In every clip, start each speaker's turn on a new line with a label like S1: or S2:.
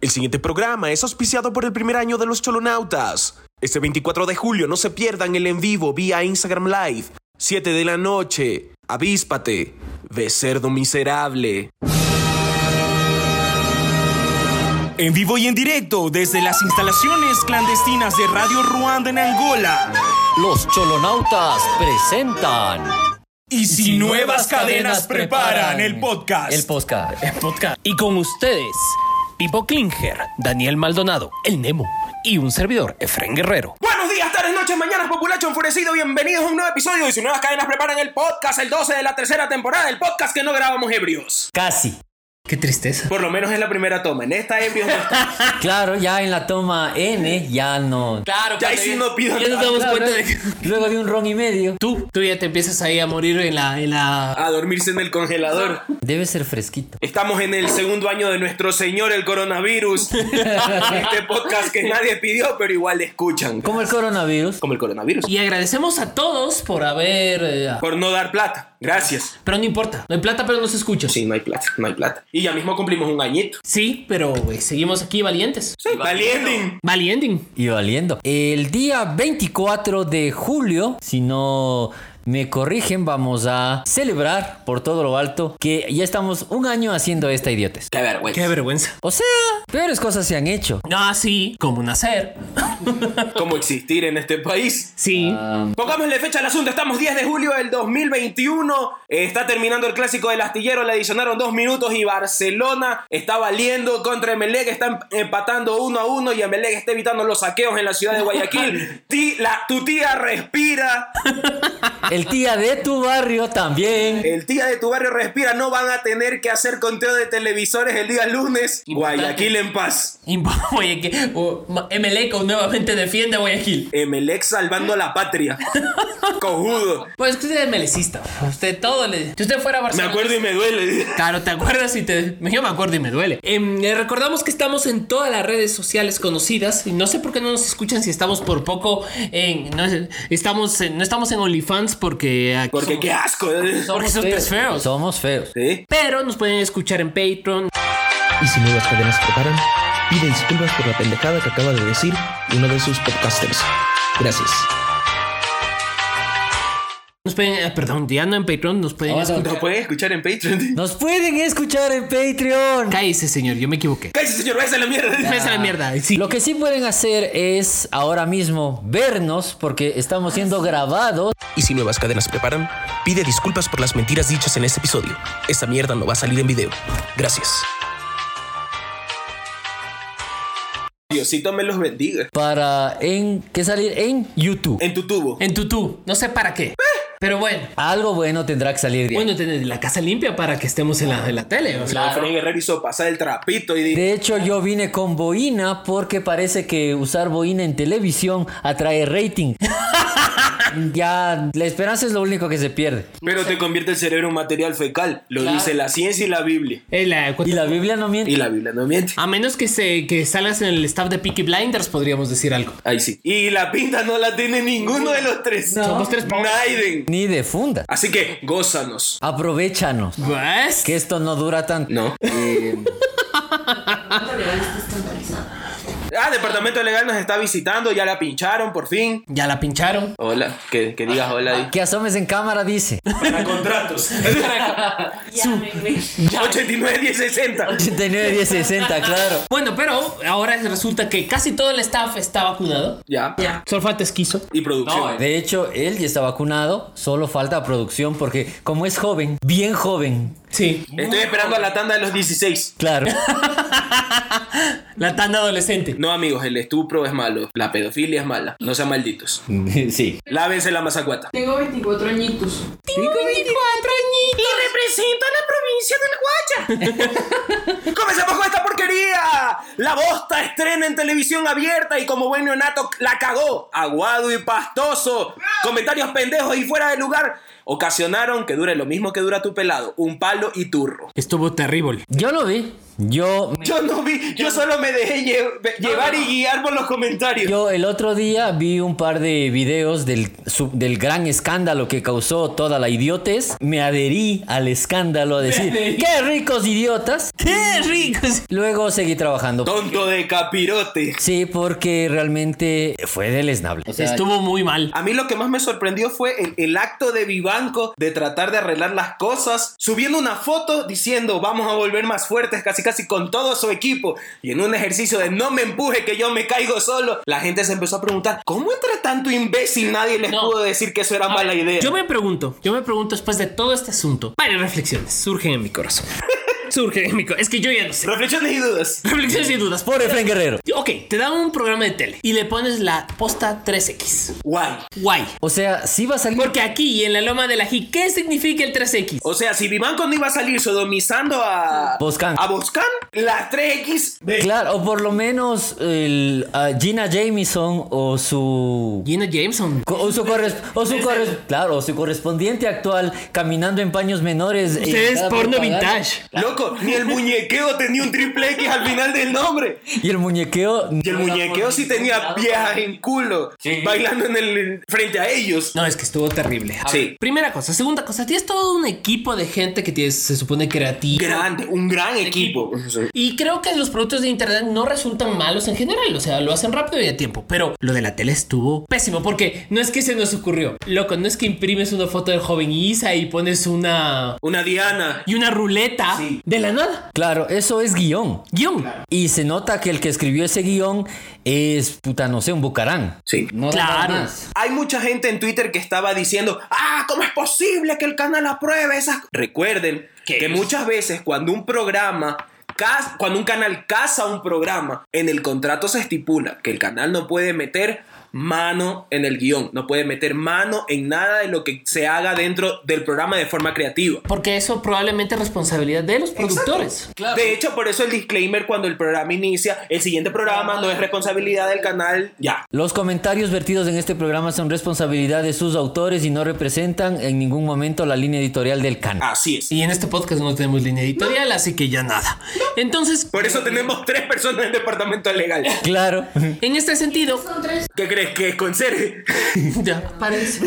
S1: El siguiente programa es auspiciado por el primer año de los Cholonautas. Este 24 de julio no se pierdan el en vivo vía Instagram Live. 7 de la noche. Avíspate. Ve cerdo miserable.
S2: En vivo y en directo desde las instalaciones clandestinas de Radio Ruanda en Angola.
S3: Los Cholonautas presentan
S2: Y si, nuevas cadenas preparan el podcast.
S3: El podcast.
S4: podcast. Y con ustedes, Pipo Klinger, Daniel Maldonado, el Nemo y un servidor, Efren Guerrero.
S1: Buenos días, tardes, noches, mañanas, populacho enfurecido. Bienvenidos a un nuevo episodio de Si Nuevas Cadenas Preparan el podcast, el 12 de la tercera temporada, el podcast que no grabamos ebrios.
S3: Casi.
S4: Qué tristeza.
S1: Por lo menos es la primera toma. En esta ebrios no está.
S3: Claro, ya en la toma N ya no.
S4: Claro,
S1: Ya
S4: cuando
S1: ahí sí no pido
S4: ya nos
S1: nada.
S4: damos
S3: Claro,
S4: cuenta de que
S3: Luego de un ron y medio.
S4: tú, tú ya te empiezas ahí a morir en la, en la...
S1: A dormirse en el congelador.
S3: Debe ser fresquito.
S1: Estamos en el segundo año de nuestro señor el coronavirus. este podcast que nadie pidió, pero igual escuchan.
S3: Como el coronavirus.
S1: Como el coronavirus.
S4: Y agradecemos a todos por haber... eh,
S1: Por no dar plata. Gracias.
S4: pero no importa, no hay plata pero nos escucha.
S1: Sí, no hay plata, no hay plata. Y ya mismo cumplimos un añito.
S4: Sí, pero eh, seguimos aquí valientes.
S1: Sí, valiente.
S4: Valiending.
S3: Y valiendo. El día 24 de julio, si no me corrigen, vamos a celebrar por todo lo alto que ya estamos un año haciendo esta idiotez.
S1: Qué vergüenza.
S4: Qué vergüenza.
S3: O sea, peores cosas se han hecho.
S4: Ah, sí, como nacer.
S1: Cómo existir en este país.
S4: Sí.
S1: Pongámosle fecha al asunto. Estamos 10 de julio del 2021. Eh, está terminando el clásico del astillero. Le adicionaron dos minutos y Barcelona está valiendo contra Emelec. Está emp- empatando uno a uno y Emelec está evitando los saqueos en la ciudad de Guayaquil. Ti- la- tu tía respira.
S3: El tía de tu barrio también.
S1: El día de tu barrio respira, no van a tener que hacer conteo de televisores el día lunes.
S4: Importante.
S1: Guayaquil en paz.
S4: Imp- Guayaquil. o Ma- Emelec nuevamente defiende a Guayaquil.
S1: Emelec salvando a la patria. Cojudo.
S4: Pues usted es melecista. Usted todo le. Si usted fuera
S1: Me
S4: Barcelona.
S1: acuerdo y me duele.
S4: Claro, ¿te acuerdas? Y te... Yo me acuerdo y me duele. Em, le recordamos que estamos en todas las redes sociales conocidas. Y no sé por qué no nos escuchan si estamos por poco en. No, sé, estamos en- no estamos en OnlyFans porque. aquí
S1: Porque
S4: somos-
S1: qué asco. ¿eh?
S4: porque son tres feos.
S3: Somos feos.
S1: ¿Sí?
S4: Pero nos pueden escuchar en Patreon.
S5: Y si nuevas cadenas se preparan, pide disculpas por la pendejada que acaba de decir uno de sus podcasters. Gracias.
S4: Nos pueden. eh, Perdón, ya no en Patreon. Nos pueden.
S3: Ahora-
S4: escuchar-
S1: Nos pueden escuchar en Patreon.
S3: Nos pueden escuchar en Patreon.
S4: Cállese, señor. Yo me equivoqué.
S1: Cállese, señor, váyase a la mierda.
S4: Esa es la mierda. Sí.
S3: Lo que sí pueden hacer es ahora mismo vernos porque estamos siendo grabados.
S5: Y si nuevas cadenas se preparan, pide disculpas por las mentiras dichas en este episodio. Esa mierda no va a salir en video. Gracias.
S1: Diosito me los bendiga.
S3: para en que salir en YouTube.
S1: En tu tubo.
S4: En tutú. No sé para qué. Pero bueno.
S3: Algo bueno tendrá que salir de ahí.
S4: Bueno, tener la casa limpia para que estemos en la, en la tele. o sea.
S1: Fren Guerrero hizo pasar el trapito y dijo:
S3: De hecho, yo vine con boina porque parece que usar boina en televisión atrae rating. ya, la esperanza es lo único que se pierde.
S1: Pero te convierte el cerebro en material fecal. Lo
S4: Claro.
S1: dice la ciencia y la Biblia.
S4: Eh, la-
S3: Y la Biblia no miente.
S1: Y la Biblia no miente.
S4: A menos que, se, que salgas en el staff de Peaky Blinders, podríamos decir algo.
S1: Ahí sí. Y la pinta no la tiene ninguno de los tres.
S4: Somos tres pobres.
S1: Naiden.
S3: Ni de funda.
S1: Así que, gózanos.
S3: Aprovechanos.
S4: ¿Ves?
S3: Que esto no dura tanto.
S1: No. ah, Departamento Legal nos está visitando, ya la pincharon por fin.
S4: Ya la pincharon.
S1: Hola, que, que digas hola. ahí.
S3: Que asomes en cámara, dice.
S1: Para contratos. 89 1060.
S3: 89, 10, 60, claro.
S4: Bueno, pero ahora resulta que casi todo el staff está vacunado.
S1: Ya.
S4: Solo falta esquizo.
S1: Y producción.
S3: De hecho, él ya está vacunado. Solo falta producción porque, como es joven, bien joven,
S4: Sí.
S1: Estoy esperando a la tanda de los 16.
S3: claro.
S4: La tanda adolescente.
S1: No, amigos, el estupro es malo. La pedofilia es mala. No sean malditos.
S3: sí.
S1: Lávense la mazacuata.
S6: Tengo 24 añitos.
S4: Tengo 24 añitos.
S1: represento a la provincia del Guacha. Comencemos con esta porquería. La bosta estrena en televisión abierta y como buen neonato la cagó. Aguado y pastoso. Comentarios pendejos y fuera de lugar. Ocasionaron que dure lo mismo que dura tu pelado. Un palo y turro.
S4: Estuvo terrible.
S3: Yo lo vi. Yo, me-
S1: Yo no vi, yo solo me dejé lle- llevar y guiar por los comentarios.
S3: yo el otro día vi un par de videos del, sub- del gran escándalo que causó toda la idiotez. Me adherí al escándalo a decir,
S4: adherí.
S3: ¡qué ricos idiotas!
S4: ¡Qué rico!
S3: Luego seguí trabajando.
S1: Tonto de capirote.
S3: Sí, porque realmente fue deleznable.
S4: Estuvo muy mal.
S1: A mí lo que más me sorprendió fue el, el acto de Vivanco de tratar de arreglar las cosas, subiendo una foto diciendo vamos a volver más fuertes casi casi con todo su equipo y en un ejercicio de no me empuje que yo me caigo solo, la gente se empezó a preguntar ¿cómo entre tanto imbécil nadie les
S4: No.
S1: pudo decir que eso era
S4: A ver,
S1: mala idea?
S4: Yo me pregunto, yo me pregunto después de todo este asunto, varias reflexiones surgen en mi corazón. surgen en mi corazón. Es que yo ya no sé.
S1: Reflexiones y dudas.
S4: Reflexiones y dudas.
S3: Por Efraín Guerrero.
S4: Ok, te dan un programa de tele y le pones la posta 3X.
S1: Guay.
S4: Guay.
S3: O sea, sí va a salir...
S4: Porque aquí en la Loma de la G, ¿qué significa el 3X?
S1: O sea, si Vivanco no iba a salir sodomizando a
S3: Boscan.
S1: a Boscan, la 3X
S3: Claro, o por lo menos el, a Gina Jameson o su...
S4: Gina Jameson.
S3: co- O su, corres- o su corres- claro, o su correspondiente actual caminando en paños menores. eh,
S4: Ustedes
S3: cada
S4: porno
S3: propaganda.
S4: vintage.
S1: Loco, ni el muñequeo tenía un triple X al final del nombre.
S3: Y el muñequeo.
S1: Y el muñequeo sí tenía viejas en culo bailando en el frente a ellos.
S4: No, es que estuvo terrible. A
S1: Sí.
S4: ver, Primera cosa. Segunda cosa, tienes todo un equipo de gente que tienes, se supone creativa.
S1: Grande, un gran equipo.
S4: Y creo que los productos de internet no resultan malos en general, o sea, lo hacen rápido y a tiempo. Pero lo de la tele estuvo pésimo, porque no es que se nos ocurrió. Loco, no es que imprimes una foto del joven Isa y pones una.
S1: Una Diana.
S4: y una ruleta de la nada.
S3: Claro, eso es guión.
S4: Guión.
S3: Y se nota que el que escribió ese guión es, puta, no sé, un bucarán.
S1: Sí.
S3: No da
S4: Claro.
S3: más.
S1: Hay mucha gente en Twitter que estaba diciendo, ah, ¿cómo es posible que el canal apruebe esas... co-?" Recuerden
S4: ¿Qué
S1: que
S4: es?
S1: muchas veces cuando un programa, caz- cuando un canal caza un programa, en el contrato se estipula que el canal no puede meter mano en el guión, no puede meter mano en nada de lo que se haga dentro del programa de forma creativa.
S4: Porque eso probablemente es responsabilidad de los productores.
S1: De hecho, por eso el disclaimer cuando el programa inicia, el siguiente programa no es responsabilidad del canal, ya.
S3: Los comentarios vertidos en este programa son responsabilidad de sus autores y no representan en ningún momento la línea editorial del canal.
S1: Así es.
S4: Y en este podcast no tenemos línea editorial, así que ya nada. Entonces,
S1: Por eso tenemos tres personas en el departamento legal.
S3: Claro.
S4: en este sentido,
S1: ¿Qué crees que es conserje?
S4: Ya, parece.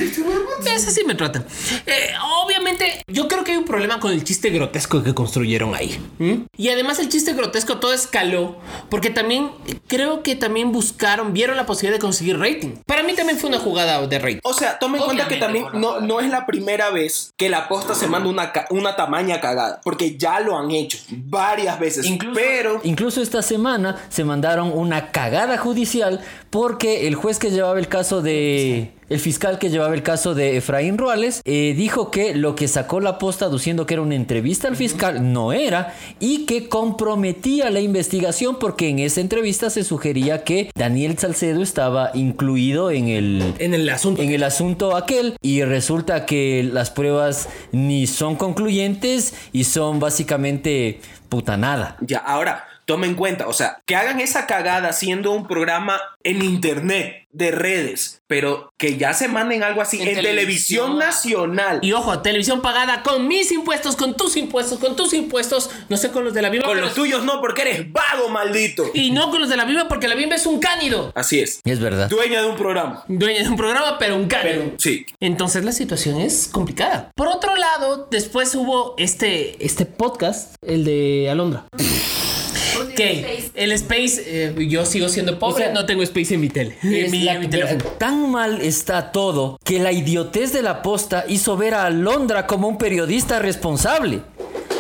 S4: Es así me tratan. Eh, obviamente, yo creo que hay un problema con el chiste grotesco que construyeron ahí. ¿Mm? Y además el chiste grotesco todo escaló, porque también eh, creo que también buscaron, vieron la posibilidad de conseguir rating. Para mí también fue una jugada de rating.
S1: O sea, toma en cuenta que también
S4: Obviamente,
S1: no, no es la primera vez que la posta se manda una, ca- una tamaña cagada, porque ya lo han hecho varias veces.
S4: Incluso-
S1: pero
S3: Incluso esta semana se mandaron una cagada judicial porque el juez que llevaba el caso de... El fiscal que llevaba el caso de Efraín Ruales eh, dijo que lo que sacó la posta aduciendo que era una entrevista al fiscal no era y que comprometía la investigación porque en esa entrevista se sugería que Daniel Salcedo estaba incluido en el,
S4: En el asunto.
S3: en el asunto aquel y resulta que las pruebas ni son concluyentes y son básicamente puta nada.
S1: ya, ahora, toma en cuenta, o sea, que hagan esa cagada haciendo un programa en internet, de redes, pero que ya se manden algo así en,
S4: En
S1: televisión
S4: televisión.
S1: nacional.
S4: Y ojo, televisión pagada con mis impuestos, con tus impuestos, con tus impuestos, no sé con los de la Bimba.
S1: Con
S4: pero-
S1: los tuyos no, porque eres vago, maldito.
S4: Y no con los de la Bimba porque la Bimba es un cánido.
S1: Así es.
S3: Es verdad.
S1: Dueña de un programa.
S4: Dueña de un programa, pero un cánido.
S1: Pero sí.
S4: Entonces la situación es complicada. Por otro lado, después hubo este, este podcast, el de Alondra. Que el Space, eh, yo sigo siendo pobre, no tengo Space en mi tele. En
S3: Es
S4: mi,
S3: la-
S4: en mi teléfono.
S3: Tan mal está todo que la idiotez de la posta hizo ver a Alondra como un periodista responsable.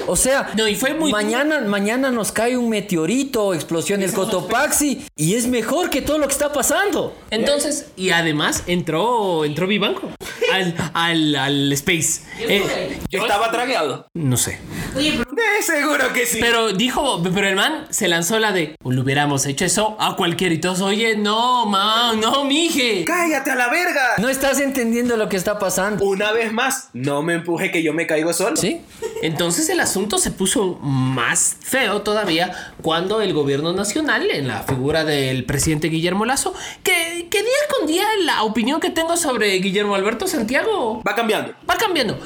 S3: O sea,
S4: No, y fue muy-
S3: mañana, mañana nos cae un meteorito, explosión el Cotopaxi y es mejor que todo lo que está pasando.
S4: Entonces, y además entró, entró Vivanco al, al, al Space. Eh,
S1: Yo estaba tragueado.
S4: no sé.
S1: De seguro que sí.
S4: Pero dijo, pero el man se lanzó la de, lo hubiéramos hecho eso a cualquiera y todos, oye, no, man, no, mije.
S1: Cállate a la verga.
S3: No estás entendiendo lo que está pasando.
S1: Una vez más, no me empuje que yo me caigo solo.
S3: ¿Sí?
S4: Entonces el asunto se puso más feo todavía cuando el gobierno nacional, en la figura del presidente Guillermo Lazo, que, que día con día la opinión que tengo sobre Guillermo Alberto Santiago
S1: Va cambiando.
S4: va cambiando.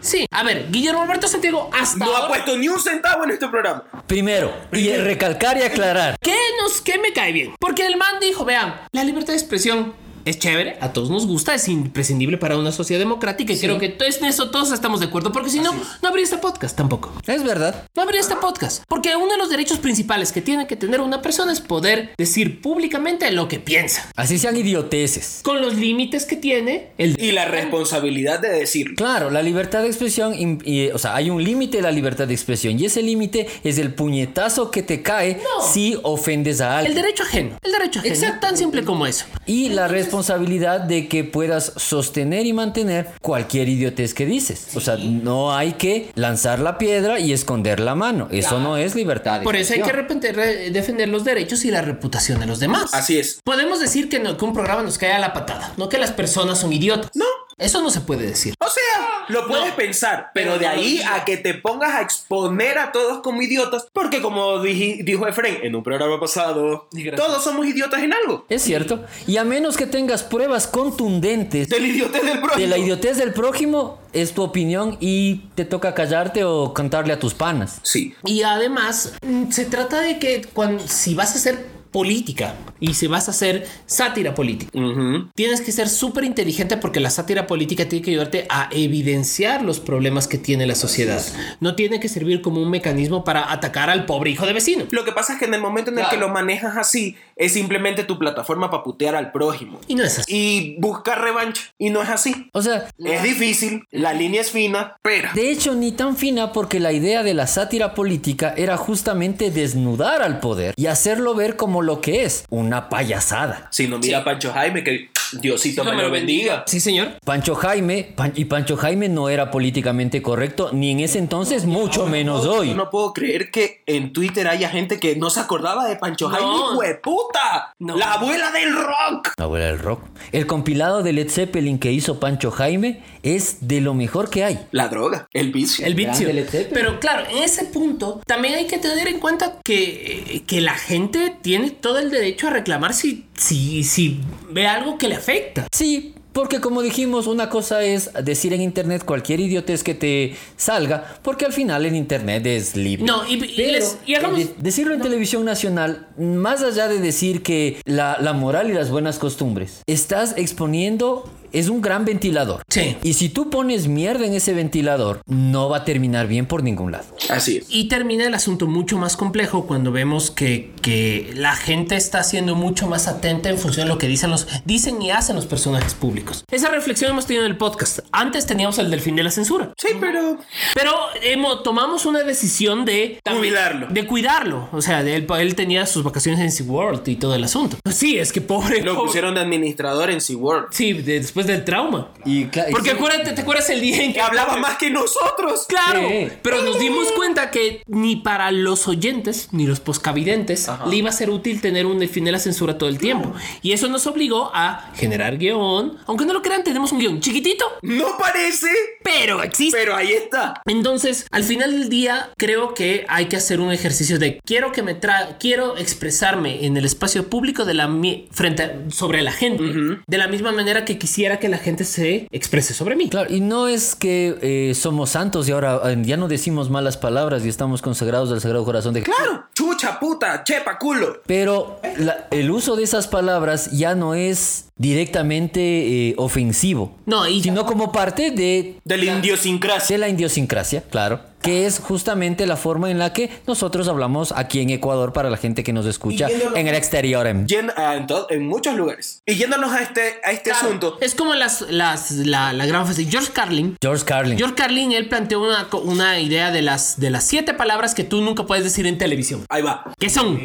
S4: Sí, a ver, Guillermo Alberto Santiago hasta
S1: No ha
S4: ahora,
S1: puesto ni un centavo en este programa.
S3: Primero, y recalcar y aclarar.
S4: ¿qué nos, qué me cae bien? Porque el man dijo, vean, la libertad de expresión es chévere, a todos nos gusta, es imprescindible para una sociedad democrática y creo que to- en eso todos estamos de acuerdo, porque si no, no habría este podcast tampoco.
S3: Es verdad.
S4: No habría este podcast, porque uno de los derechos principales que tiene que tener una persona es poder decir públicamente lo que piensa,
S3: Así sean idioteces.
S4: con los límites que tiene el...
S1: Y la responsabilidad de decirlo.
S3: Claro, la libertad de expresión, im- y, o sea, hay un límite de la libertad de expresión y ese límite es el puñetazo que te cae si ofendes a
S4: El
S3: alguien.
S4: derecho ajeno, el derecho ajeno. Exacto, tan simple como eso.
S3: Y la responsabilidad de que puedas sostener y mantener cualquier idiotez que dices. O sea, no hay que lanzar la piedra y esconder la mano. Eso no es libertad. de
S4: Por eso hay que
S3: expresión.
S4: repente- re- defender los derechos y la reputación de los demás.
S1: Así es.
S4: Podemos decir que, no- que un programa nos cae a la patada, no que las personas son idiotas.
S1: No.
S4: Eso no se puede decir.
S1: O sea, lo puedes pensar, pero de ahí a que te pongas a exponer a todos como idiotas, porque como dije- dijo Efren en un programa pasado,
S4: gracias.
S1: todos somos idiotas en algo.
S3: Es cierto. Y a menos que tengas pruebas contundentes
S1: Del idiotez del prójimo.
S3: de la idiotez del prójimo, es tu opinión y te toca callarte o cantarle a tus panas.
S1: Sí.
S4: Y además, mm, se trata de que cuando, si vas a hacer política y si vas a hacer sátira política,
S1: Ujú.
S4: tienes que ser súper inteligente porque la sátira política tiene que ayudarte a evidenciar los problemas que tiene la sociedad. No tiene que servir como un mecanismo para atacar al pobre hijo de vecino.
S1: Lo que pasa es que en el momento en el
S4: Claro.
S1: que lo manejas así, es simplemente tu plataforma para putear al prójimo.
S4: Y no es así.
S1: Y buscar revancha. Y no es así.
S3: O sea,
S1: Es difícil, la línea es fina, pero...
S3: de hecho ni tan fina porque la idea de la sátira política era justamente desnudar al poder y hacerlo ver como lo que es, una payasada.
S1: Si no mira a Pancho Jaime, que Diosito me lo bendiga.
S4: Sí, señor.
S3: Pancho Jaime, Pan- y Pancho Jaime no era políticamente correcto ni en ese entonces, mucho menos hoy.
S1: Yo no puedo creer que en Twitter haya gente que no se acordaba de Pancho Jaime, hijo de puta.
S4: No.
S1: La abuela del rock.
S3: La abuela del rock. El compilado de Led Zeppelin que hizo Pancho Jaime es de lo mejor que hay.
S1: La droga, el vicio.
S4: El
S3: Grande
S4: vicio.
S3: Led Zeppelin.
S4: Pero claro, en ese punto también hay que tener en cuenta que, eh, que la gente tiene todo el derecho a reclamar si, si, si ve algo que le afecta.
S3: Sí, porque como dijimos, una cosa es decir en internet cualquier idiotez que te salga, porque al final en internet es libre.
S4: No, y, y
S3: Pero,
S4: les- y hagamos...
S3: eh, de- decirlo en televisión nacional, más allá de decir que la, la moral y las buenas costumbres, estás exponiendo, es un gran ventilador.
S4: Sí.
S3: Y si tú pones mierda en ese ventilador, no va a terminar bien por ningún lado.
S1: Así es.
S4: Y termina el asunto mucho más complejo cuando vemos que, que la gente está siendo mucho más atenta en función de lo que dicen, los, dicen y hacen los personajes públicos. Esa reflexión hemos tenido en el podcast. Antes teníamos el delfín de la censura.
S1: Sí, pero
S4: Pero hemo- tomamos una decisión de
S1: Jubilarlo.
S4: De cuidarlo. O sea, de él, él tenía sus vacaciones en SeaWorld y todo el asunto. Sí, es que pobre.
S1: lo
S4: pobre.
S1: pusieron de administrador en SeaWorld.
S4: Sí, de- después del trauma.
S3: Y claro,
S4: Porque acuérdate, ¿te acuerdas el día en
S1: Que
S4: que
S1: hablaba más que nosotros.
S4: Claro,
S3: Sí.
S4: pero nos dimos cuenta que ni para los oyentes ni los poscavidentes le iba a ser útil tener un delfín de la censura todo el tiempo. Y eso nos obligó a generar guión. Aunque no lo crean, tenemos un guión chiquitito,
S1: No parece,
S4: pero existe.
S1: pero ahí está.
S4: Entonces, al final del día, creo que hay que hacer un ejercicio de quiero que me tra quiero expresarme en el espacio público de la mi- frente a- sobre la gente, de la misma manera que quisiera que la gente se exprese sobre mí.
S3: Claro, y no es que eh, somos santos y ahora eh, ya no decimos malas palabras y estamos consagrados al Sagrado Corazón de
S1: Claro. Chucha, puta, chepa, culo.
S3: Pero la- el uso de esas palabras ya no es directamente eh, ofensivo,
S4: No, y
S3: sino como parte de,
S1: De la
S3: de
S1: idiosincrasia.
S3: la idiosincrasia, claro, que es justamente la forma en la que nosotros hablamos aquí en Ecuador para la gente que nos escucha
S1: yéndonos-
S3: en el exterior. em.
S1: Yen- ah, en, to- en muchos lugares. Y yéndonos a este, a este asunto.
S4: Es como las, las, la, la gran frase. George Carlin.
S3: George Carlin.
S4: George Carlin, él planteó una, co- una idea de las, de las siete palabras que tú nunca puedes decir en televisión.
S1: Ahí va.
S4: ¿Qué son?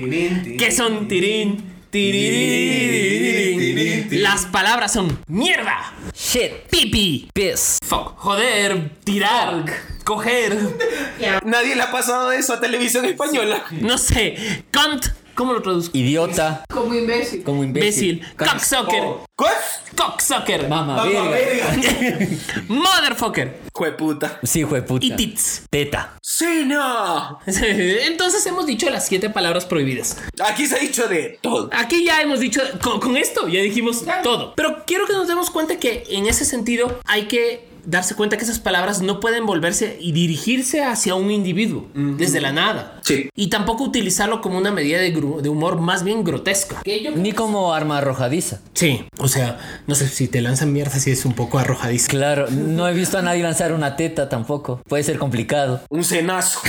S4: ¿Qué son? Tirín, tirín, tirín. Las palabras son mierda,
S3: Shit.
S4: pipi,
S3: Piss.
S4: fuck, joder, tirar, coger,
S1: Nadie le ha pasado eso a televisión española.
S4: no sé, cunt, ¿Cómo lo traduzco?
S3: Idiota.
S6: Como imbécil.
S3: Como imbécil.
S4: Imbécil. Cocksucker.
S1: ¿Qué?
S4: Cocksucker.
S3: Mamá,
S1: Mamá
S3: verga.
S1: Ah, verga.
S4: Motherfucker.
S1: Jueputa.
S3: Sí, hijo de puta.
S4: Y tits.
S3: Teta.
S1: Sí, no.
S4: Entonces hemos dicho las siete palabras prohibidas.
S1: Aquí se ha dicho de todo.
S4: Aquí ya hemos dicho, con, con esto ya dijimos
S6: Claro.
S4: todo. Pero quiero que nos demos cuenta que en ese sentido hay que darse cuenta que esas palabras no pueden volverse y dirigirse hacia un individuo desde la nada.
S1: Sí.
S4: Y tampoco utilizarlo como una medida de, gru- de humor más bien grotesca.
S6: Que yo-
S3: Ni como arma arrojadiza.
S4: Sí, o sea, no sé si te lanzan mierda si es un poco arrojadizo.
S3: Claro, no he visto a nadie lanzar una teta tampoco. Puede ser complicado.
S1: Un cenazo.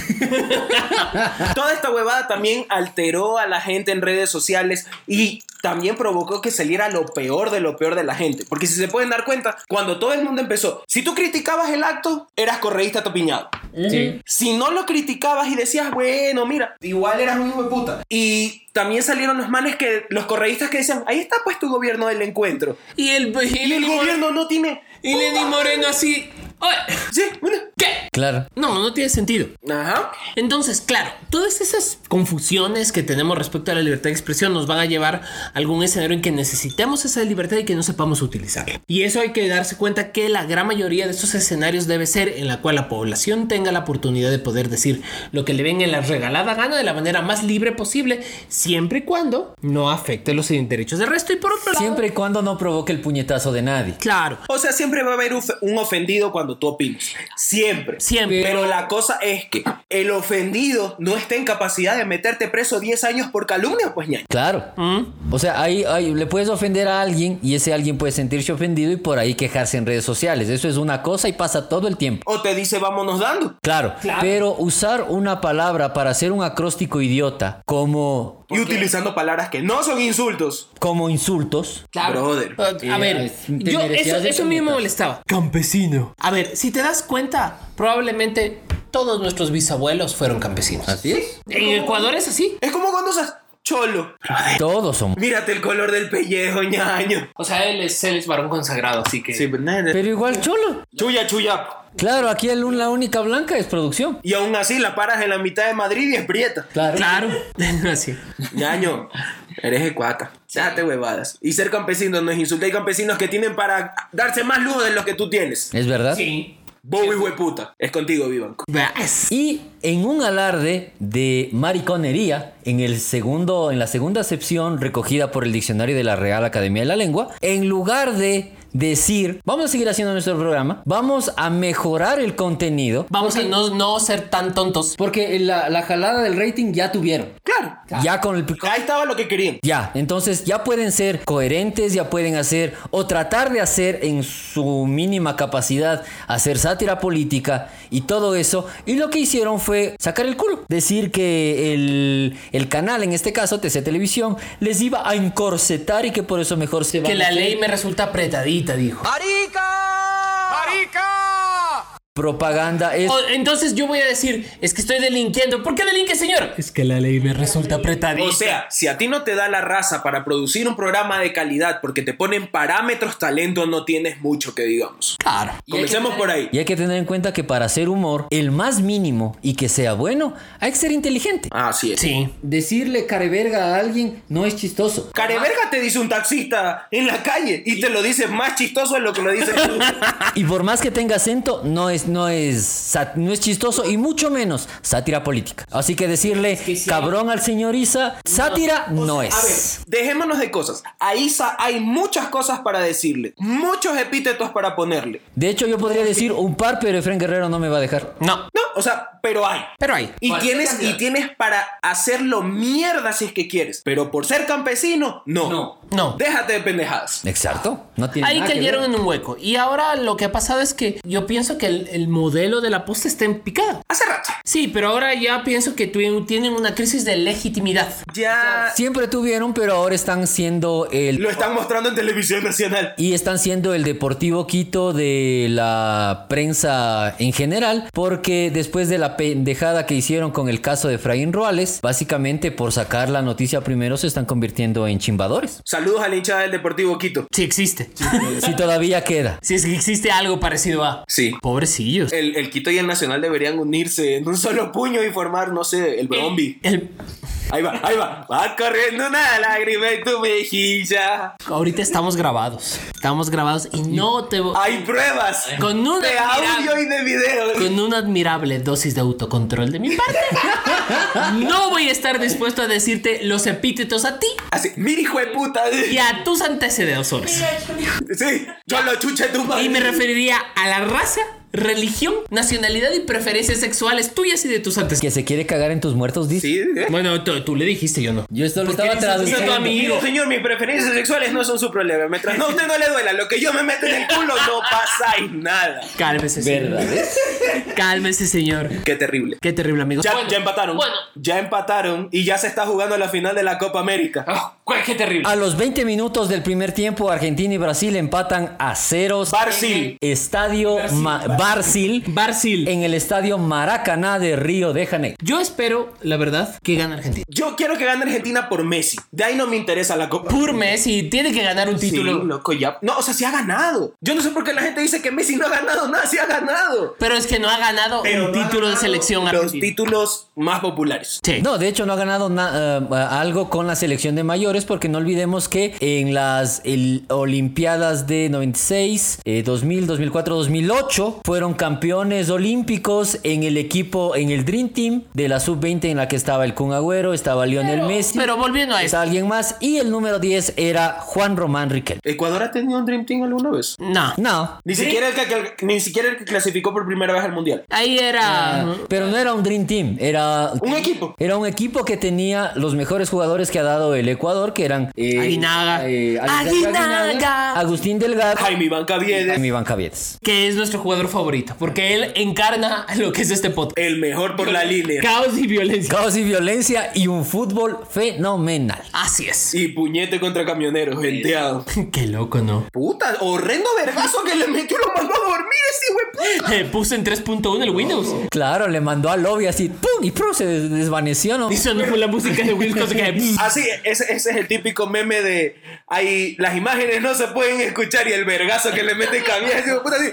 S1: Toda esta huevada también alteró a la gente en redes sociales y también provocó que saliera lo peor de lo peor de la gente. Porque si se pueden dar cuenta, cuando todo el mundo empezó, si tú criticabas el acto, eras correísta topiñado.
S4: Sí.
S1: Si no lo criticabas y decías, bueno, mira, igual eras un hijo de puta. Y también salieron los manes que, los correístas que decían, ahí está pues tu gobierno del encuentro.
S4: Y el,
S1: Y el gobierno no tiene...
S4: Y Lenny Moreno así. "Oye,
S1: Sí, bueno.
S4: ¿Qué?
S3: Claro.
S4: No, no tiene sentido.
S1: Ajá.
S4: Entonces, claro, todas esas confusiones que tenemos respecto a la libertad de expresión nos van a llevar a algún escenario en que necesitemos esa libertad y que no sepamos utilizarla. Y eso hay que darse cuenta que la gran mayoría de esos escenarios debe ser en la cual la población tenga la oportunidad de poder decir lo que le ven en la regalada gana de la manera más libre posible, siempre y cuando no afecte los derechos del resto. Y por otro lado,
S3: Siempre y cuando no provoque el puñetazo de nadie.
S4: claro,
S1: O sea, siempre va a haber uf- un ofendido cuando tú opinas. Siempre.
S4: Siempre.
S1: Pero la cosa es que el ofendido no está en capacidad de meterte preso 10 años por calumnia, pues ñaño.
S3: Claro. O sea, ahí, ahí le puedes ofender a alguien y ese alguien puede sentirse ofendido y por ahí quejarse en redes sociales. Eso es una cosa y pasa todo el tiempo.
S1: O te dice, vámonos dando.
S3: Claro, pero usar una palabra para hacer un acróstico idiota como,
S1: Y utilizando palabras que no son insultos.
S3: como insultos,
S4: Claro.
S1: Brother.
S4: Uh, A
S3: Eh,
S4: ver,
S3: es- te
S4: yo
S3: merecías
S4: eso,
S3: de
S4: eso a mí me
S3: puñetazo.
S4: molestaba. Campesino. A ver, si te das cuenta, probablemente todos nuestros bisabuelos fueron campesinos.
S3: así es.
S4: En Ecuador es así.
S1: Es como cuando usas cholo.
S3: Todos somos.
S1: Mírate el color del pellejo, ñaño.
S4: O sea, él es, él es varón consagrado, así que.
S1: Sí, pero nada.
S3: Pero igual cholo.
S1: Chuya, chuya.
S3: Claro, aquí el, la única blanca es producción.
S1: Y aún así la paras en la mitad de Madrid y es prieta.
S3: Claro.
S4: Claro. así.
S1: Ñaño, eres ecuaca. Déjate huevadas. Y ser campesino no es insulto. Hay campesinos que tienen para darse más lujo de los que tú tienes.
S3: Es verdad.
S4: Sí.
S1: Bowie hueputa. Es contigo, Vivanco.
S4: Vas.
S3: Y en un alarde de mariconería, en, el segundo, en la segunda acepción recogida por el diccionario de la Real Academia de la Lengua, en lugar de decir, vamos a seguir haciendo nuestro programa, vamos a mejorar el contenido,
S4: Vamos a no, no ser tan tontos.
S3: porque la, la jalada del rating ya tuvieron.
S1: Claro.
S3: Ya con el...
S1: Ahí estaba lo que querían.
S3: Ya, entonces ya pueden ser coherentes, ya pueden hacer o tratar de hacer en su mínima capacidad, hacer sátira política y todo eso. Y lo que hicieron fue sacar el culo. Decir que el, el canal, en este caso TC Televisión, les iba a encorsetar y que por eso mejor se van
S4: Que la
S3: a hacer
S4: ley me resulta apretadita, dijo.
S3: propaganda. Es,
S4: O- entonces yo voy a decir, es que estoy delinquiendo. ¿Por qué delinque, señor? Es que la ley me resulta apretadita.
S1: O sea, si a ti no te da la raza para producir un programa de calidad porque te ponen parámetros talento, no tienes mucho que digamos.
S4: claro.
S1: Comencemos por ahí.
S3: y hay que tener en cuenta que para hacer humor, el más mínimo y que sea bueno, hay que ser inteligente.
S1: Ah, Así es.
S4: Sí.
S3: Decirle careverga a alguien no es chistoso.
S1: Careverga te dice un taxista en la calle y te lo dice más chistoso de lo que lo dices tú.
S3: Y por más que tenga acento, no es, no es, sat- no es chistoso y mucho menos sátira política. Así que decirle cabrón al señor Isa, sátira no,
S1: A ver,
S3: es.
S1: dejémonos de cosas. A Isa hay muchas cosas para decirle, muchos epítetos para ponerle.
S3: De hecho, yo podría decir un par, pero Efraín Guerrero no me va a dejar.
S4: No.
S1: No, o sea, pero hay.
S4: Pero ahí.
S1: Y tienes, y tienes para hacerlo mierda si es que quieres. Pero por ser campesino, no. No.
S4: No.
S1: Déjate de pendejadas.
S3: Exacto. No tiene
S4: Ahí
S3: nada que
S4: cayeron
S3: ver.
S4: en un hueco. Y ahora lo que ha pasado es que yo pienso que el, el modelo de la posta está en picada.
S1: Hace rato.
S4: Sí, pero ahora ya pienso que tu- tienen una crisis de legitimidad.
S1: Ya
S3: Siempre tuvieron, pero ahora están siendo el
S1: lo están mostrando en televisión nacional.
S3: y están siendo el deportivo Quito de la prensa en general, porque después de la pendejada que hicieron con el caso de Efraín Ruales, básicamente por sacar la noticia primero se están convirtiendo en chimbadores.
S1: Saludos a la hinchada del Deportivo Quito.
S4: Sí existe.
S3: Si todavía queda.
S4: Si es que existe algo parecido a...
S1: Sí.
S4: Pobrecillos.
S1: El, el Quito y el Nacional deberían unirse en un solo puño y formar, no sé, el Brombi.
S4: El...
S1: Ahí va, ahí va. Va corriendo una lágrima en tu mejilla.
S4: Ahorita estamos grabados. Estamos grabados y no te voy.
S1: Hay pruebas.
S4: Con una
S1: de audio
S4: admirable-
S1: y de video.
S4: Con una admirable dosis de autocontrol de mi parte. No voy a estar dispuesto a decirte los epítetos a ti
S1: Así, mira hijo de puta.
S4: y a tus antecedentes.
S1: Sí, yo lo chuche tu madre.
S4: Y me referiría a la raza, religión, nacionalidad y preferencias sexuales tuyas y de tus antes.
S3: Que se quiere cagar en tus muertos, dice.
S1: Sí, ¿eh?
S4: Bueno, tú, tú le dijiste, yo no.
S3: Yo esto lo
S4: ¿Por qué
S3: estaba
S4: dices eso a tu
S3: traduciendo.
S4: amigo?
S1: Mire, señor, mis preferencias sexuales no son su problema. Mientras no a usted no le duela, lo que yo me meto en el culo no pasáis nada.
S4: Cálmese,
S3: ¿Verdad?
S4: señor.
S3: ¿ves?
S4: Cálmese, señor.
S1: Qué terrible.
S4: Qué terrible, amigo.
S1: Ya,
S4: Bueno,
S1: ya empataron.
S4: Bueno,
S1: Ya empataron y ya se está jugando la final de la Copa América.
S4: Ah, güey, qué terrible.
S3: A los 20 minutos del primer tiempo, Argentina y Brasil empatan a ceros.
S1: Barcil.
S3: Estadio Ma- Barcil.
S4: Barcil.
S3: En el estadio Maracaná de Río de Janeiro.
S4: Yo espero, la verdad, que gane Argentina.
S1: Yo quiero que gane Argentina por Messi. De ahí no me interesa la Copa.
S4: Pur Messi tiene que ganar un
S1: Sí,
S4: título.
S1: loco, ya. No, o sea, sí ha ganado. Yo no sé por qué la gente dice que Messi no ha ganado nada, sí ha ganado.
S4: Pero es que no ha ganado
S1: Pero
S4: un
S1: no ha
S4: título de
S1: ganado
S4: selección
S1: Los
S4: argentina.
S1: títulos más populares.
S4: Sí.
S3: No, de hecho no ha ganado na- eh, algo con la selección de mayores porque no olvidemos que en las el- Olimpiadas de 96, eh, 2000, 2004, 2008 fueron campeones olímpicos en el equipo, en el Dream Team de la sub-20 en la que estaba el Kun Agüero, estaba Lionel Messi,
S4: Pero volviendo a eso.
S3: estaba alguien más y el número 10 era Juan Román Riquelme.
S1: ¿Ecuador ha tenido un Dream Team alguna vez?
S4: No.
S3: No,
S1: Ni, siquiera el que, ni siquiera el que clasificó por primera vez al Mundial.
S4: Ahí era.
S1: Ah.
S3: pero no era un Dream Team, era...
S1: Un equipo.
S3: Era un equipo que tenía los mejores jugadores que ha dado el Ecuador, que eran eh,
S4: Aguinaga.
S3: eh, Alejandro
S4: Aguinaga.
S3: Agustín Delgado,
S1: Jaime Iván Caviedes,
S3: Jaime Iván Caviedes.
S4: Que es nuestro jugador favorito. Porque él encarna lo que es este podcast.
S1: el mejor por la línea.
S4: Caos y violencia.
S3: Caos y violencia y un fútbol fenomenal.
S4: Así es.
S1: Y puñete contra camioneros, genteado.
S4: Qué loco, ¿no?
S1: Puta, horrendo vergazo que le metió lo mandó a dormir ese güey.
S4: Le puse Eh, en 3.1 el Windows.
S3: Claro, le mandó al lobby así, ¡pum! Y ¡pum! se des- desvaneció, ¿no?
S4: Y sonó con la música de Windows. que-
S1: Así, Ah, ese, ese es el típico meme de ahí las imágenes no se pueden escuchar y el vergazo que le mete Caviedes. hijo de puta, así.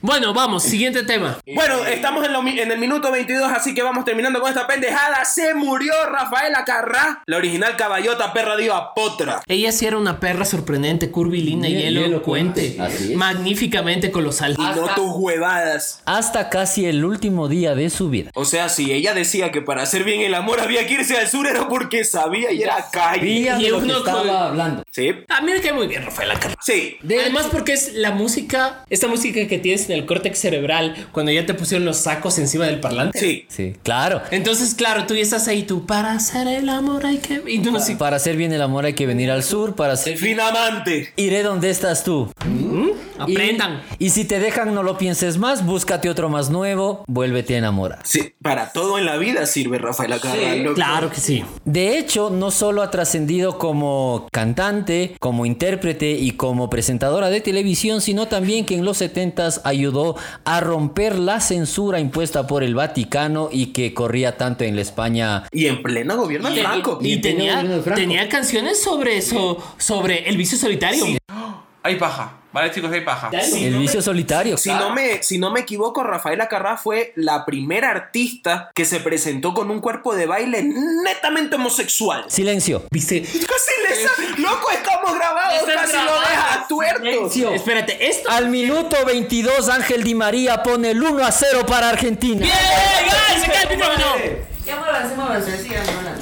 S4: Bueno, vamos. Siguiente tema.
S1: Bueno, estamos en, lo mi- en el minuto 22, así que vamos terminando con esta pendejada. Se murió Rafaela Carrá, la original caballota perra diva potra.
S4: Ella sí era una perra sorprendente, curvilínea y,
S3: Y- y
S4: elocuente.
S3: elocuente. Así es.
S4: Magníficamente colosal.
S1: Y no tus huevadas.
S3: Hasta casi el último día de su vida.
S1: O sea, si ella decía que para hacer bien el amor había que irse al sur, era porque sabía y era calle.
S3: Día de lo que
S4: uno con-
S3: estaba hablando.
S1: Sí,
S4: A mí me cae Ah, muy bien Rafaela Carrá.
S1: sí.
S4: De- Además porque es la música, esta música que tienes en el córtex cerebral cuando ya te pusieron los sacos encima del parlante.
S1: Sí.
S3: Sí, claro.
S4: Entonces, claro, tú ya estás ahí, tú, para hacer el amor hay que... Y tú no sé-
S3: Para hacer bien el amor hay que venir al sur, para hacer...
S1: Finamante.
S3: Iré donde estás tú. Y-
S4: aprendan.
S3: Y si te dejan, no lo pienses más, búscate otro más nuevo, vuélvete a enamorar.
S1: Sí, para todo en la vida sirve Rafael Acarra. loco.
S4: Claro que sí.
S3: De hecho, no solo ha trascendido como cantante, como intérprete y como presentadora de televisión, sino también que en los 70s ayudó a romper la censura impuesta por el Vaticano y que corría tanto en la España.
S1: Y en pleno gobierno de Franco.
S4: Y, tenía,
S3: tenía-
S4: tenía canciones sobre eso, sobre el vicio solitario.
S6: Hay paja, ¿vale chicos? Hay paja.
S3: El vicio solitario.
S1: Si no, me, si no me equivoco, Rafael Acarrá fue la primera artista que se presentó con un cuerpo de baile netamente homosexual.
S3: Silencio.
S4: Viste...
S1: Casi le sa- Loco, estamos grabados, casi lo deja tuerto.
S3: Silencio.
S4: Espérate, esto...
S3: Al minuto 22, Ángel Di María pone el 1 a 0 para Argentina.
S4: ¡Bien! ¡Ay, se cae el micrófono!
S7: Ya muévanse, muévanse, sigan hablando.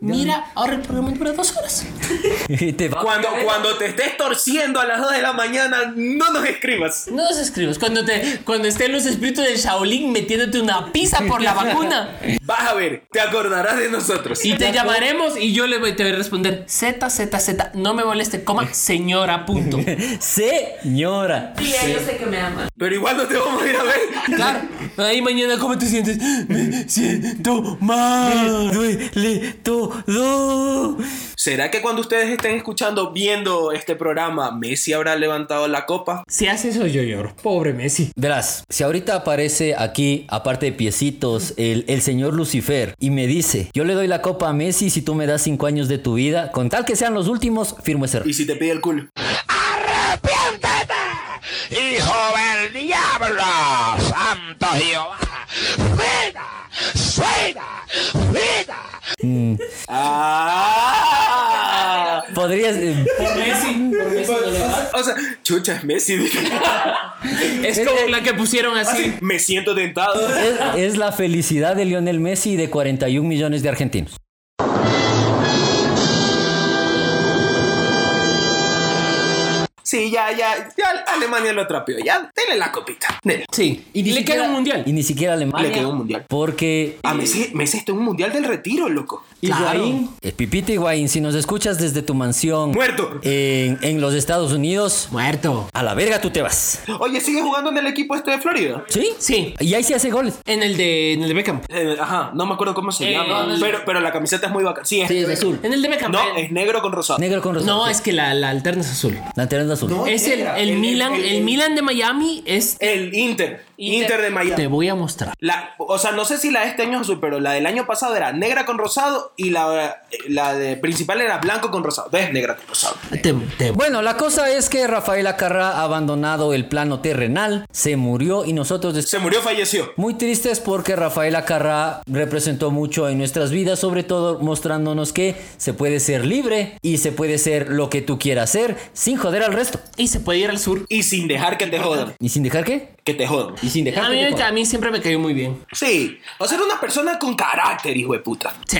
S4: Mira, ahora el programa dura dos horas.
S3: Y te va-
S1: Cuando, cuando te estés torciendo a las 2 de la mañana, no nos escribas.
S4: No nos escribas. Cuando, te, cuando estén los espíritus del Shaolin metiéndote una pizza por la vacuna.
S1: Vas a ver, te acordarás de nosotros.
S4: Y te llamaremos y yo le voy, te voy a responder Z, Z, Z. No me moleste, coma, señora, punto.
S3: Señora.
S7: Tía, yo sé que me aman.
S1: Pero igual no te vamos a ir a ver.
S4: Claro. Ahí mañana, ¿cómo te sientes? Me siento mal.
S3: Duele todo.
S1: ¿Será que cuando ustedes estén escuchando, viendo este programa, Messi habrá levantado la copa?
S4: Si hace eso, yo lloro. Pobre Messi.
S3: Verás, si ahorita aparece aquí, aparte de piecitos, el, el señor Lucifer y me dice, yo le doy la copa a Messi si tú me das cinco años de tu vida, con tal que sean los últimos, firmo ese
S1: Y si te pide el culo.
S8: hijo del diablo, santo Jehová, fuera, fuera.
S1: Ah.
S3: Podrías. eh,
S4: Messi, por Messi no lo va.
S1: O sea, chucha, es Messi.
S4: Es Ah, como la que pusieron así.
S1: Así, me siento tentado.
S3: es, es la felicidad de Lionel Messi y de 41 millones de argentinos.
S1: Sí, ya, ya, ya Alemania lo trapeó. Ya, denle la copita. Denle.
S4: Sí. Y le queda un mundial.
S3: Y ni siquiera Alemania.
S1: Le quedó un mundial.
S3: Porque
S1: A Ah, Messi, Messi está en un mundial del retiro, loco.
S3: Higuaín, eh, Pipita Higuaín, si nos escuchas desde tu mansión
S1: Muerto.
S3: en, en los Estados Unidos,
S4: Muerto.
S3: a la verga tú te vas.
S1: Oye, sigue jugando en el equipo este de Florida.
S3: ¿Sí?
S4: Sí.
S3: Y ahí se hace goles.
S4: En el de, en el de Beckham.
S1: Eh, ajá, no me acuerdo cómo se
S4: Eh,
S1: llama.
S4: no, no,
S1: pero, pero la camiseta es muy bacana. Sí, es,
S3: Sí, es azul.
S4: En el de Beckham.
S1: no, es negro con rosado.
S3: Negro con rosado.
S4: eh, No,
S3: sí.
S4: es que la, la alterna es azul.
S3: La tercera es azul.
S4: Es el, el Milan, el, Milan de Miami es.
S1: El Inter. Inter, de Miami.
S4: Te voy a mostrar.
S1: La, o sea, no sé si la de este año es azul, pero la del año pasado era negra con rosado y la, eh, la de principal era blanco con rosado. Entonces, negra con rosado.
S4: Te- te-
S3: Eh, Bueno, la cosa es que Rafael Acarra ha abandonado el plano terrenal, se murió y nosotros des-
S1: Se murió, falleció.
S3: muy tristes porque Rafael Acarra representó mucho en nuestras vidas, sobre todo mostrándonos que se puede ser libre y se puede ser lo que tú quieras ser sin joder al resto.
S4: y se puede ir al sur.
S1: Y sin dejar que te jodan.
S3: ¿Y sin dejar qué?
S1: Que te jodan.
S3: Y sin dejar
S4: A
S3: que
S4: mí,
S3: te jodan.
S4: a mí siempre me cayó muy bien.
S1: Sí. O sea, era una persona con carácter, hijo de puta.
S4: Sí,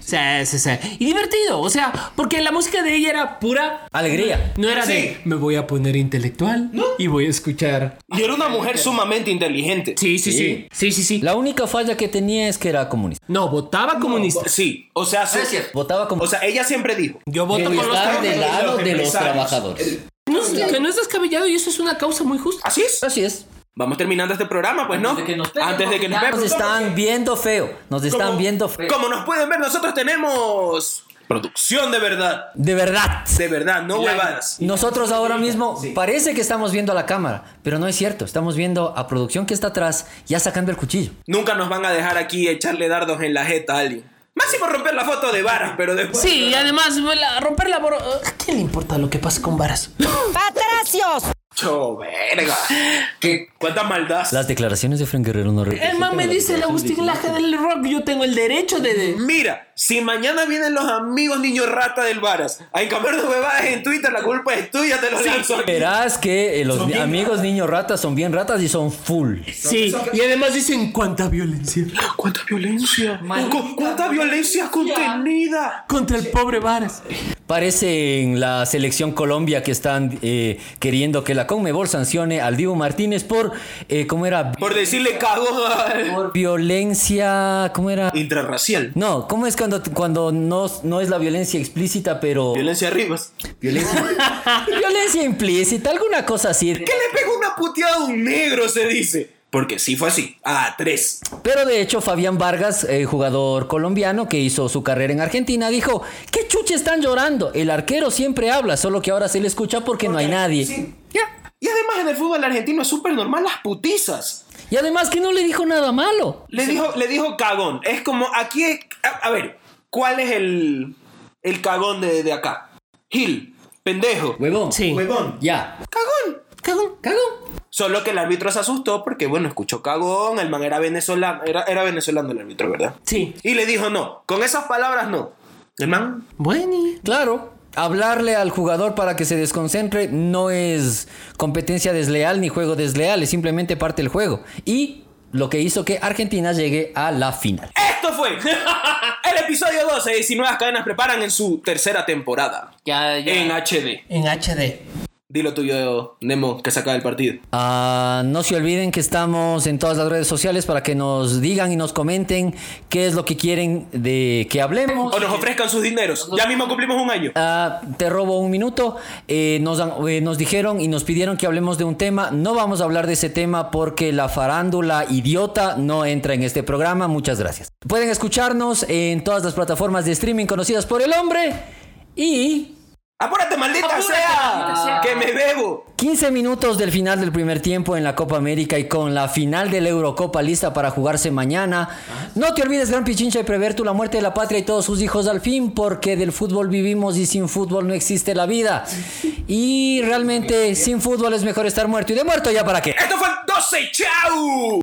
S4: sí, sí, sí. Y divertido, o sea, porque la música de ella era pura.
S3: Alegría.
S4: No era
S1: Sí.
S4: de. Me voy a poner intelectual y voy a escuchar.
S1: Y era una mujer sumamente inteligente.
S4: Sí, sí, sí. Sí, sí, sí.
S3: La única falla que tenía es que era comunista.
S4: No, votaba comunista.
S1: Sí. O sea, su-
S3: Votaba como
S1: o sea, ella siempre dijo.
S4: Yo voto por los
S1: estar
S4: trabajadores.
S1: de- empresarios.
S4: No, que no es descabellado y eso es una causa muy justa.
S1: Así es.
S3: Así es.
S1: Vamos terminando este programa, pues, ¿no? Antes de que nos
S3: peguen, Nos están viendo feo. Nos están
S1: Como-
S3: viendo feo.
S1: Como nos pueden ver, nosotros tenemos producción de verdad.
S3: De verdad.
S1: De verdad, no huevadas.
S3: Nosotros ahora mismo parece que estamos viendo a la cámara, pero no es cierto. Estamos viendo a producción que está atrás ya sacando el cuchillo.
S1: Nunca nos van a dejar aquí echarle dardos en la jeta a alguien. Máximo romper la foto de varas, pero después.
S4: Sí, y además, la- romper la boro. ¿A quién le importa lo que pasa con varas?
S1: Cho, verga. ¿Qué? ¿Cuánta maldad?
S3: Las declaraciones de Frank Guerrero no
S4: El man me dice el Agustín Laje del Rock, yo tengo el derecho de- de.
S1: Mira, si mañana vienen los amigos niño rata del varas a encambiar de huevadas en Twitter, la culpa es tuya, te lo lanzo aquí.
S3: Verás que eh, los
S1: Son
S3: ni-
S1: bien
S3: amigos niños ratas son bien ratas y son full.
S4: Sí, y además dicen cuánta violencia
S1: ¿Cuánta violencia? Cu- ¿Cuánta violencia contenida?
S4: contra el pobre Varas.
S3: Parecen la selección Colombia que están eh, queriendo que la Conmebol sancione al Dibu Martínez por, eh, ¿cómo era?
S1: Por decirle cago al-
S3: Por violencia, ¿cómo era?
S1: Intrarracial.
S3: No, ¿cómo es cuando, cuando no, no es la violencia explícita, pero...
S1: Violencia Rivas.
S3: Violencia implícita, alguna cosa así.
S1: ¿Qué le pegó una puteada a un negro? Se dice. Porque sí fue así. A tres.
S3: Pero de hecho, Fabián Vargas, eh, jugador colombiano que hizo su carrera en Argentina, dijo: ¿Qué chuche están llorando? El arquero siempre habla, solo que ahora se le escucha porque no hay nadie.
S1: Ya. Y además en el fútbol argentino es súper normal las putizas.
S3: Y además que no le dijo nada malo.
S1: Le, dijo, le dijo cagón. Es como aquí. A, a ver, ¿cuál es el, el cagón de, de acá? Gil, pendejo,
S3: Huevón.
S4: Sí.
S3: Ya.
S1: cagón.
S4: Cagón, cagón.
S1: Solo que el árbitro se asustó porque, bueno, escuchó cagón, el man era venezolano, era, era venezolano el árbitro, ¿verdad?
S4: Sí.
S1: Y le dijo no, con esas palabras no. El man,
S4: Bueno.
S3: Claro. Hablarle al jugador para que se desconcentre no es competencia desleal ni juego desleal, es simplemente parte del juego. Y lo que hizo que Argentina llegue a la final.
S1: esto fue el episodio 12 de 19 cadenas preparan en su tercera temporada.
S4: Ya,
S1: En HD.
S4: En HD.
S1: Dilo tuyo, Nemo, que saca del partido.
S3: Ah, no se olviden que estamos en todas las redes sociales para que nos digan y nos comenten qué es lo que quieren de que hablemos.
S1: O nos ofrezcan sus dineros. Ya mismo cumplimos un año.
S3: Ah, te robo un minuto. Eh, nos, han- eh, nos dijeron y nos pidieron que hablemos de un tema. No vamos a hablar de ese tema porque la farándula idiota no entra en este programa. Muchas gracias. Pueden escucharnos en todas las plataformas de streaming conocidas por el hombre. Y
S1: ¡Apúrate, maldita sea! ¡Que me bebo!
S3: 15 minutos del final del primer tiempo en la Copa América y con la final de la Eurocopa lista para jugarse mañana. No te olvides, gran pichincha, de prever tú la muerte de la patria y todos sus hijos al fin, porque del fútbol vivimos y sin fútbol no existe la vida. Y realmente sin fútbol es mejor estar muerto. ¿Y de muerto ya para qué?
S1: ¡Esto fue el 12! ¡Chao!